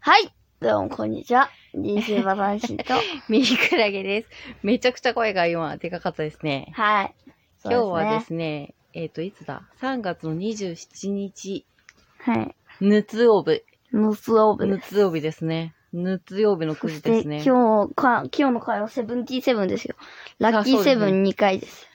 はい。どうも、こんにちは。DJ ババンシン と。ミニクラゲです。めちゃくちゃ声が今でかかったですね。はい。そう今日はですね、えっ、と、いつだ ?3 月の27日、ね。はい。ぬつ曜日。ノスオーブぬです。つ曜日ですね。ぬつ曜日のそ9し時て、で今すね。日か、今日の回はセブンティーセブンですよ。ラッキーあそセうでブすン2回です。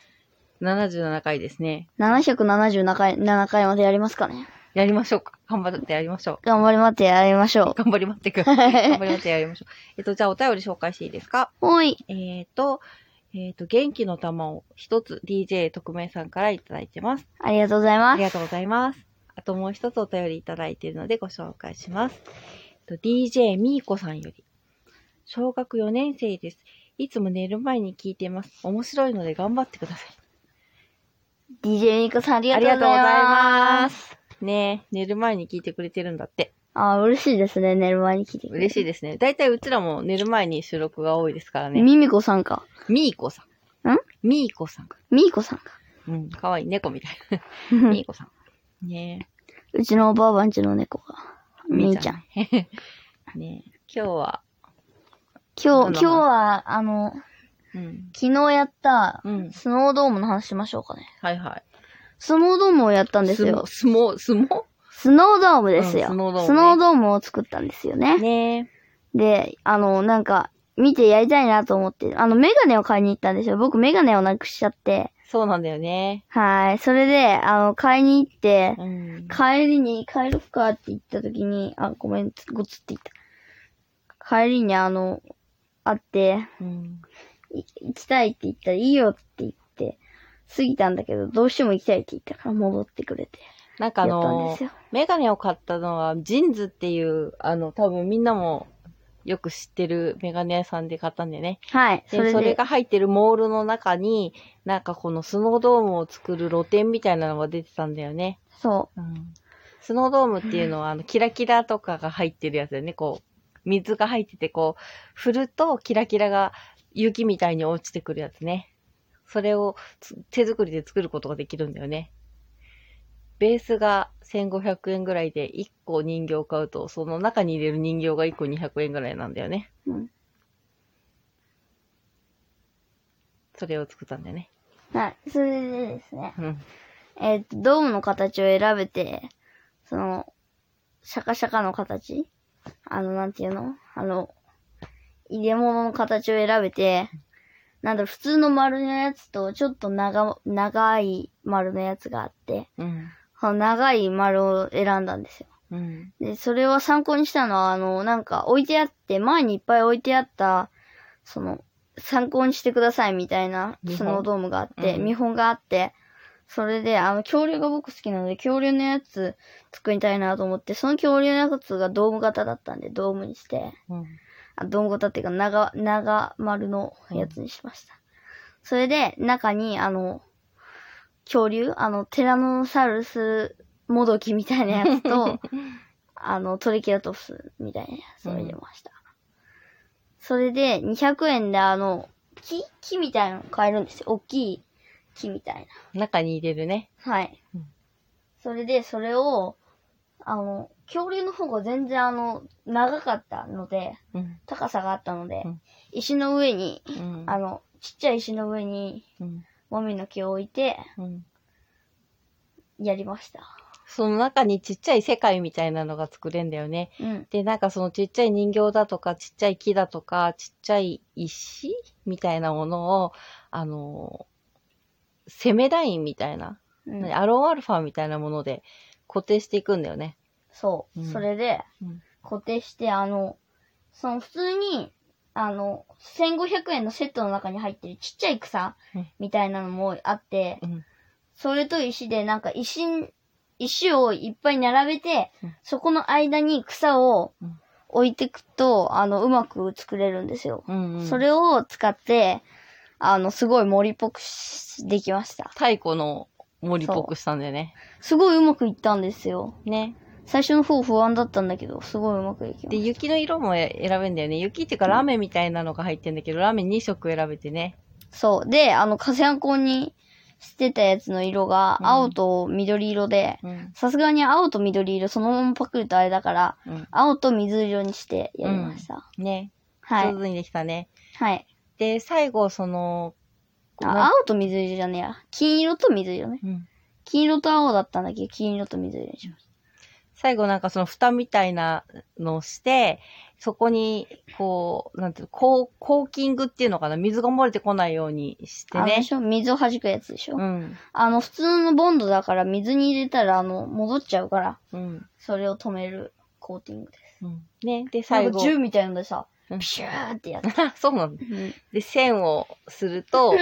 77回ですね。 777回、7回までやりますかね。やりましょうか。頑張ってやりましょ頑張りまってやりましう。ょ頑張りまってく。頑 張りまってやりましょう。えっと、じゃあお便り紹介していいですかう。おい。えっ、と、えっ、と、元気の玉を一つ DJ 特命さんからいただいてます。ありがとうございまあす。りがとうございます。あともう一つお便りいただいているのでご紹介します。えっと DJ みーこさんより。小学4年生です。いつも寝る前に聞いています。面白いので頑張ってくださ DJ ミコさんありい。がとうございます。す。ねえ、寝る前に聞いてくれてるんだって。あー、嬉しいですね。寝る前に聞いてくれて嬉しいですね。だいたいうちらも寝る前に収録が多いですからね。ミミコさんか。みーこさん。んみーこさん。ミーコさんか。うん、かわいい猫みたいな。みーこさん。ねえ。うちのおばあばんちの猫が。みーちゃん。。 ねえ今日は、今なん日、だ今日は、あの、うん。昨日やった、うん。スノードームの話しましょうかね。はいはい。スノードームをやったんですよ。相撲、相撲スノードームですよ。うんスノードームねスノードームを作ったんですよね。ねで、あの、なんか、見てやりたいなと思って、あの、メガネを買いに行ったんですよ。僕メガネをなくしちゃって。そうなんだよね。はい。それで、あの、買いに行って、うん。帰りに、帰ろっかって言った時に、あ、ごめん、つごつって言った。帰りに、あの、会って、うんい行きたいって言ったら、いいよって言って、過ぎたんだけど、どうしても行きたいって言ったから戻ってくれて、なんかやあったんでのす、よ。メガネを買ったのは、ジンズっていう、あの、多分みんなもよく知ってるメガネ屋さんで買ったんだよね。はい。でそれそれで、が入ってるモールの中に、なんかこのスノードームを作る露店みたいなのが出てたんだよね。そうん。スノードームっていうのは、あの、キラキラとかが入ってるやつだよね。こう、水が入ってて、こう、振るとキラキラが雪みたいに落ちてくるやつね。それをつ手作りで作ることができるんだよね。ベースが1500円ぐらいで1個人形を買うと、その中に入れる人形が1個200円ぐらいなんだよね。う。うんそれを作ったんだよね。はい。それでですね、うん。えっ、と、ドームの形を選べて、その、シャカシャカの形あの、なんていうのあの、入れ物の形を選べて、なんだろう、普通の丸のやつと、ちょっと長、長い丸のやつがあって、うん。その長い丸を選んだんですよ。うん。で、それを参考にしたのは、あの、なんか置いてあって、前にいっぱい置いてあった、その、参考にしてくださいみたいな見本スノードームがあって、うん見本があって、それで、あの、恐竜が僕好きなので、恐竜のやつ作りたいなと思って、その恐竜のやつがドーム型だったんで、ドームにして、うん。あドーム型っていうか、長、長丸のやつにしました。それで、中に、あの、恐竜あの、テラノサウルスもどきみたいなやつ と、あの、トリケラトプスみたいなやつを入れました。それで、200円であの、木木みたいなの買えるんですよ。大きい木みたいな。中に入れるね。はい。うんそれで、それを、あの、恐竜の方が全然あの、長かったので、うん。高さがあったので、うん石の上に、うん。あの、ちっちゃい石の上に、うん。もみの木を置いて、うん。やりました。その中にちっちゃい世界みたいなのが作れんだよね。うん。で、なんかそのちっちゃい人形だとか、ちっちゃい木だとか、ちっちゃい石みたいなものを、あのー、セメラインみたいな、うん、アロンアルファみたいなもので固定していくんだよね。そう。うんそれでうん、固定して、あの、その普通に、あの、1500円のセットの中に入ってるちっちゃい草うんみたいなのもあって、うんそれと石で、なんか石ん、石をいっぱい並べてうん、そこの間に草をうん置いてくと、あの、うまく作れるんですよ。うん、うん。それを使って、あの、すごい森っぽくしできました。太古の森っぽくしたんだよね。すごいうまくいったんですよ。ね。最初の方不安だったんだけど、すごいうまくいきまで、し雪の色もえ選べんだよね。雪っていうかラメみたいなのが入ってんだけど、ラメ2色選べてね。た。そう。で、あの、風アンコに捨てたやつの色がうん青と緑色で、うん。さすがに青と緑色そのままパクるとあれだから、うん。青と水色にしてやりました。ね。はい上。手にできたね。はい。で、最後、その、あ青と水色じゃねえや。金色と水色ね。うん金色と青だったんだけど、金色と水色にしまし最後なんかその蓋みたいなのをして、そこに、こう、なんていうの、コーコーキングっていうのかな水が漏れてこないようにしてた。あれでね。しょ水を弾くやつでしょ、うん。あの、普通のボンドだから水に入れたら、あの、戻っちゃうから、うん。それを止めるコーティングです。うんね。で、最最後、後。銃みたいのでさ、うんピシューってやった。あ そうなんだ。 で、線をすると、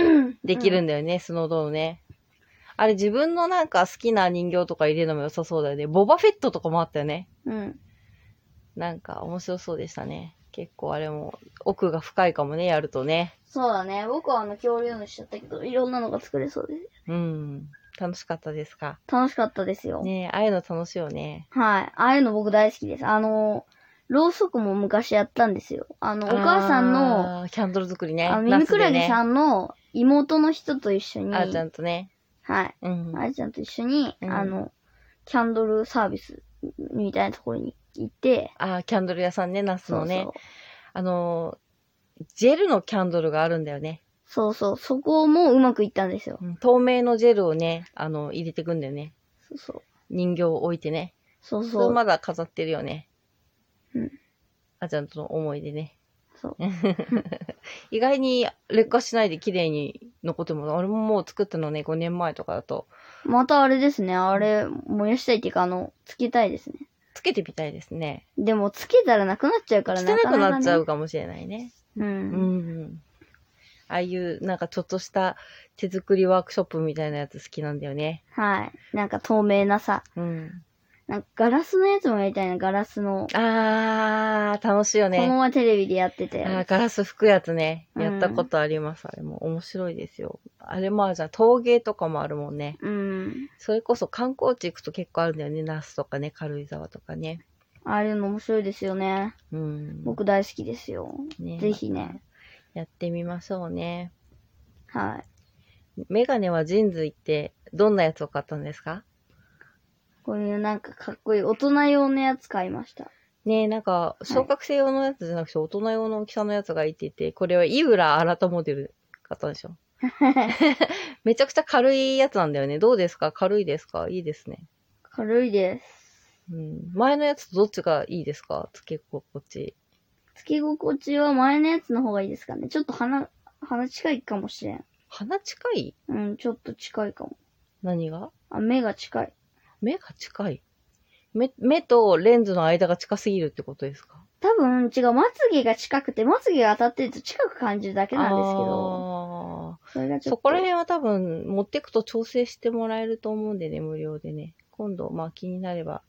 できるんだよね、スノードームね。あれ自分のなんか好きな人形とか入れるのも良さそうだよね。ボバフェットとかもあったよね。うん。なんか面白そうでしたね。結構あれも奥が深いかもね、やるとね。そうだね。僕はあの、恐竜のしちゃったけど、いろんなのが作れそうです。うん。楽しかったですか。楽しかったですよ。ねえああいうの楽しいよね。はい。ああいうの僕大好きです。あの、ろうそくも昔やったんですよ。あの、お母さんの、あー。キャンドル作りね。あの、ミミクラゲナスでさね。んの妹の人と一緒に、あーちゃんとね。はい。うん。あやちゃんと一緒に、うんあの、キャンドルサービスみたいなところに行って、あーキャンドル屋さんね、ナスそうそのう。ね。あのー、ジェルのキャンドルがあるんだよね。そうそう。そこもうまくいったんですよ。うん透明のジェルをね、あの、入れてくんだよね。そうそう。人形を置いてね。そうそそうう。まだ飾ってるよね。うん。あちゃんとの思い出ね。そう。意外に劣化しないで綺麗に残っても、俺ももう作ったのね、5年前とかだと。またあれですね。あれ、燃やしたいっていうか、あの、つけたいですね。つけてみたいですね。でも、つけたらなくなっちゃうから汚くなっちゃう。うかもしれないね。ううんん。うん。ああいう、なんかちょっとした手作りワークショップみたいなやつ好きなんだよね。はい。なんか透明なさ。うん。なんかガラスのやつもやりたいな、ガラスの。あー、楽しいよこのね。ままテレビでやってて。あーガラス拭くやつね。やったうんことあります。あれも面白いですよ。あれもあるじゃん。陶芸とかもあるもんね。うん。それこそ観光地行くと結構あるんだよね。那須とかね、軽井沢とかね。ああいうの面白いですよね。うん。僕大好きですよ。ねぜひね。やってみましょうね。はい。メガネはジーンズ行って、どんなやつを買ったんですかこういうなんかかっこいい大人用のやつ買いました。ねえ、なんか、小学生用のやつじゃなくて、大人用の大きさのやつがいてて、これは井浦新モデル買ったん でしょめちゃくちゃ軽いやつなんだよね。どうですか軽いですかいいですね。軽いです。うん。前のやつとどっちがいいですか付け心地。つけ心地は前のやつの方がいいですかね。ちょっと鼻、鼻近いかもしれん。鼻近いうん、ちょっと近いかも。何があ、目が近い。目が近い目、目とレンズの間が近すぎるってことですか多分、違う、まつげが近くて、まつげが当たってると近く感じるだけなんですけど、ど。それがちょっと。そこら辺は多分持ってくと調整してもらえると思うんでね、無料でね。今度、まあ気になれば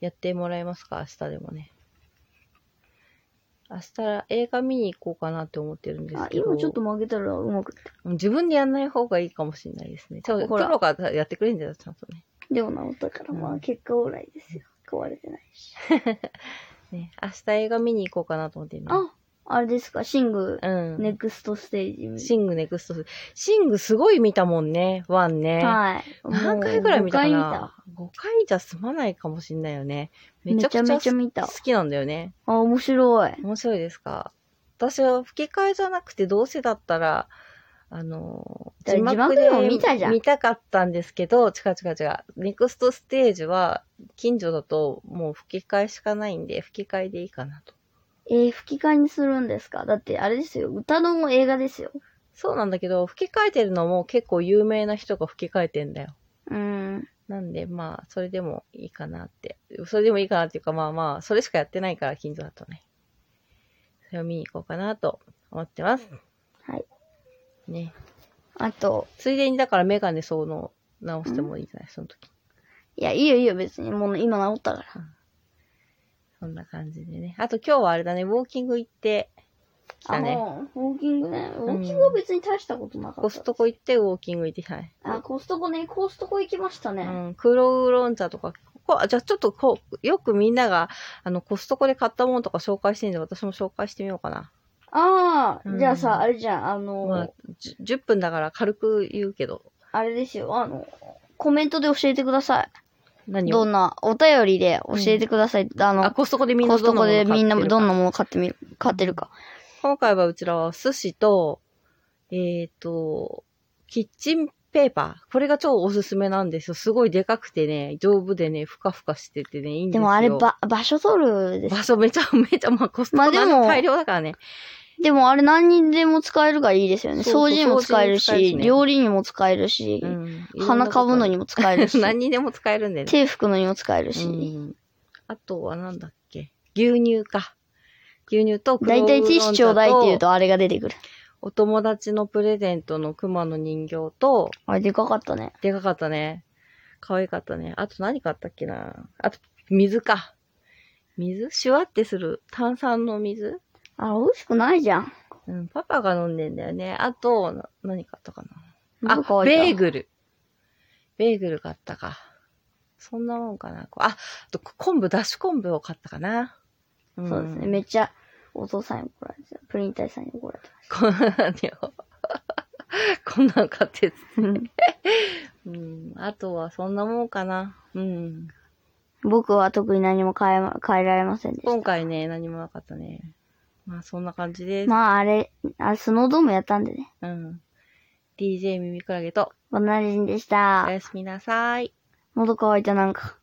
やってもらえますか、明日でもね。明日映画見に行こうかなって思ってるんですあ、けど。今ちょっと曲げたらうまくいった。自分でやんない方がいいかもしれないですね。ちょほプらロがやってくれるんだよ、ちゃんとね。でも治ったから、まうあん結果オーライですよ。壊れてないし。ね明日映画見に行こうかなと思ってるのあ、あれですか、シング、うん。ネクストステージみシングネクストス。シングすごい見たもんね、ワンね。はい。何回ぐらい見たかもな ?5 回じゃ済まないかもしんないよね。うめ5ちゃく回見た。めちゃちゃめちゃ見た好。きなんだよね。あ、面白い。面白いですか私は吹き替えじゃなくてどうせだったら、あの、だから字幕でも見たじゃん見たかったんですけど、違う違う違う。ネクストステージは近所だともう吹き替えしかないんで、吹き替えでいいかなと。えー、吹き替えにするんですかだって、あれですよ。歌の映画ですよ。そうなんだけど、吹き替えてるのも結構有名な人が吹き替えてんだよ。うん。なんで、まあ、それでもいいかなって。それでもいいかなっていうか、まあまあ、それしかやってないから、近所だとね。それを見に行こうかなと思ってます。はい。ね。あと、ついでに、だからメガネその、直してもいいじゃない、その時。いや、いいよいいよ、別に。もう今治ったから。そんな感じでね。あと今日はあれだね、ウォーキング行って、来たあね。の、ウォーキングね。ウォーキングは別に大したことなかコっスた。トコ行って、ウォーキング行ってきたね。あ、コストコね。コストコ行きましたうね。ん、黒ウーロン茶とか、ここ、あじゃあちょっとこう、よくみんなが、あの、コストコで買ったものとか紹介してるんで、私も紹介してみようかな。ああ、うんじゃあさ、あれじゃん。あまあの、、じゅ10分だから軽く言うけど。ああれですよ、あの、コメントで教えてください。何どんをな、お便りで教えてください。あのあ、、コストコでみんコなストどんコなもので買ってるかみんなどんなもの買ってみる、買ってるか。今回はうちらは寿司と、えっ、と、キッチンペーパー。これが超おすすめなんですよ。すごいでかくてね、丈夫でね、ふかふかしててね、いいんですでよ。もあれ、ば、場所取るです。場所めちゃ めちゃ、まあコストまあコでもなんで大量だからね。でもあれ何にでも使えるからいいですよね。そうそう掃除にも使える掃除にも使えし、るしね料理にも使えるし、うん花かぶのいにも使えろんなることし、 何にでも使えるんでね。手拭くのにも使えるうし。んあとはなんだっけ。牛乳か。牛乳とだいたいティッシュちょうだいって言う。とあれが出てくる。お友達のプレゼントの熊の人形と、あれでかかったね。でかかったね。可愛かったね。あと何買ったっけなあと、水か。水シュワってする。炭酸の水あれ美味しくないじゃん。うん、パパが飲んでんだよね。あと、な何買ったかななんかあ、置いたベーグル。ベーグル買ったか。そんなもんかな。こうあ、あと昆布、だし昆布を買ったかな。んそうですね。めっちゃ、お父さんに怒られてた。プリン体さんに怒られてこんなんよ。 こんなん買って。た。うん。あとはそんなもんかな。うん。僕は特に何も変えま、変えられませんでし今回ね、何もなかったね。まあそんな感じでた。す。まああれ、あれスノードームやったんでね。うん。DJ 耳クラゲと、バナナ人でしおた。やすみなさい。喉乾いたなんか。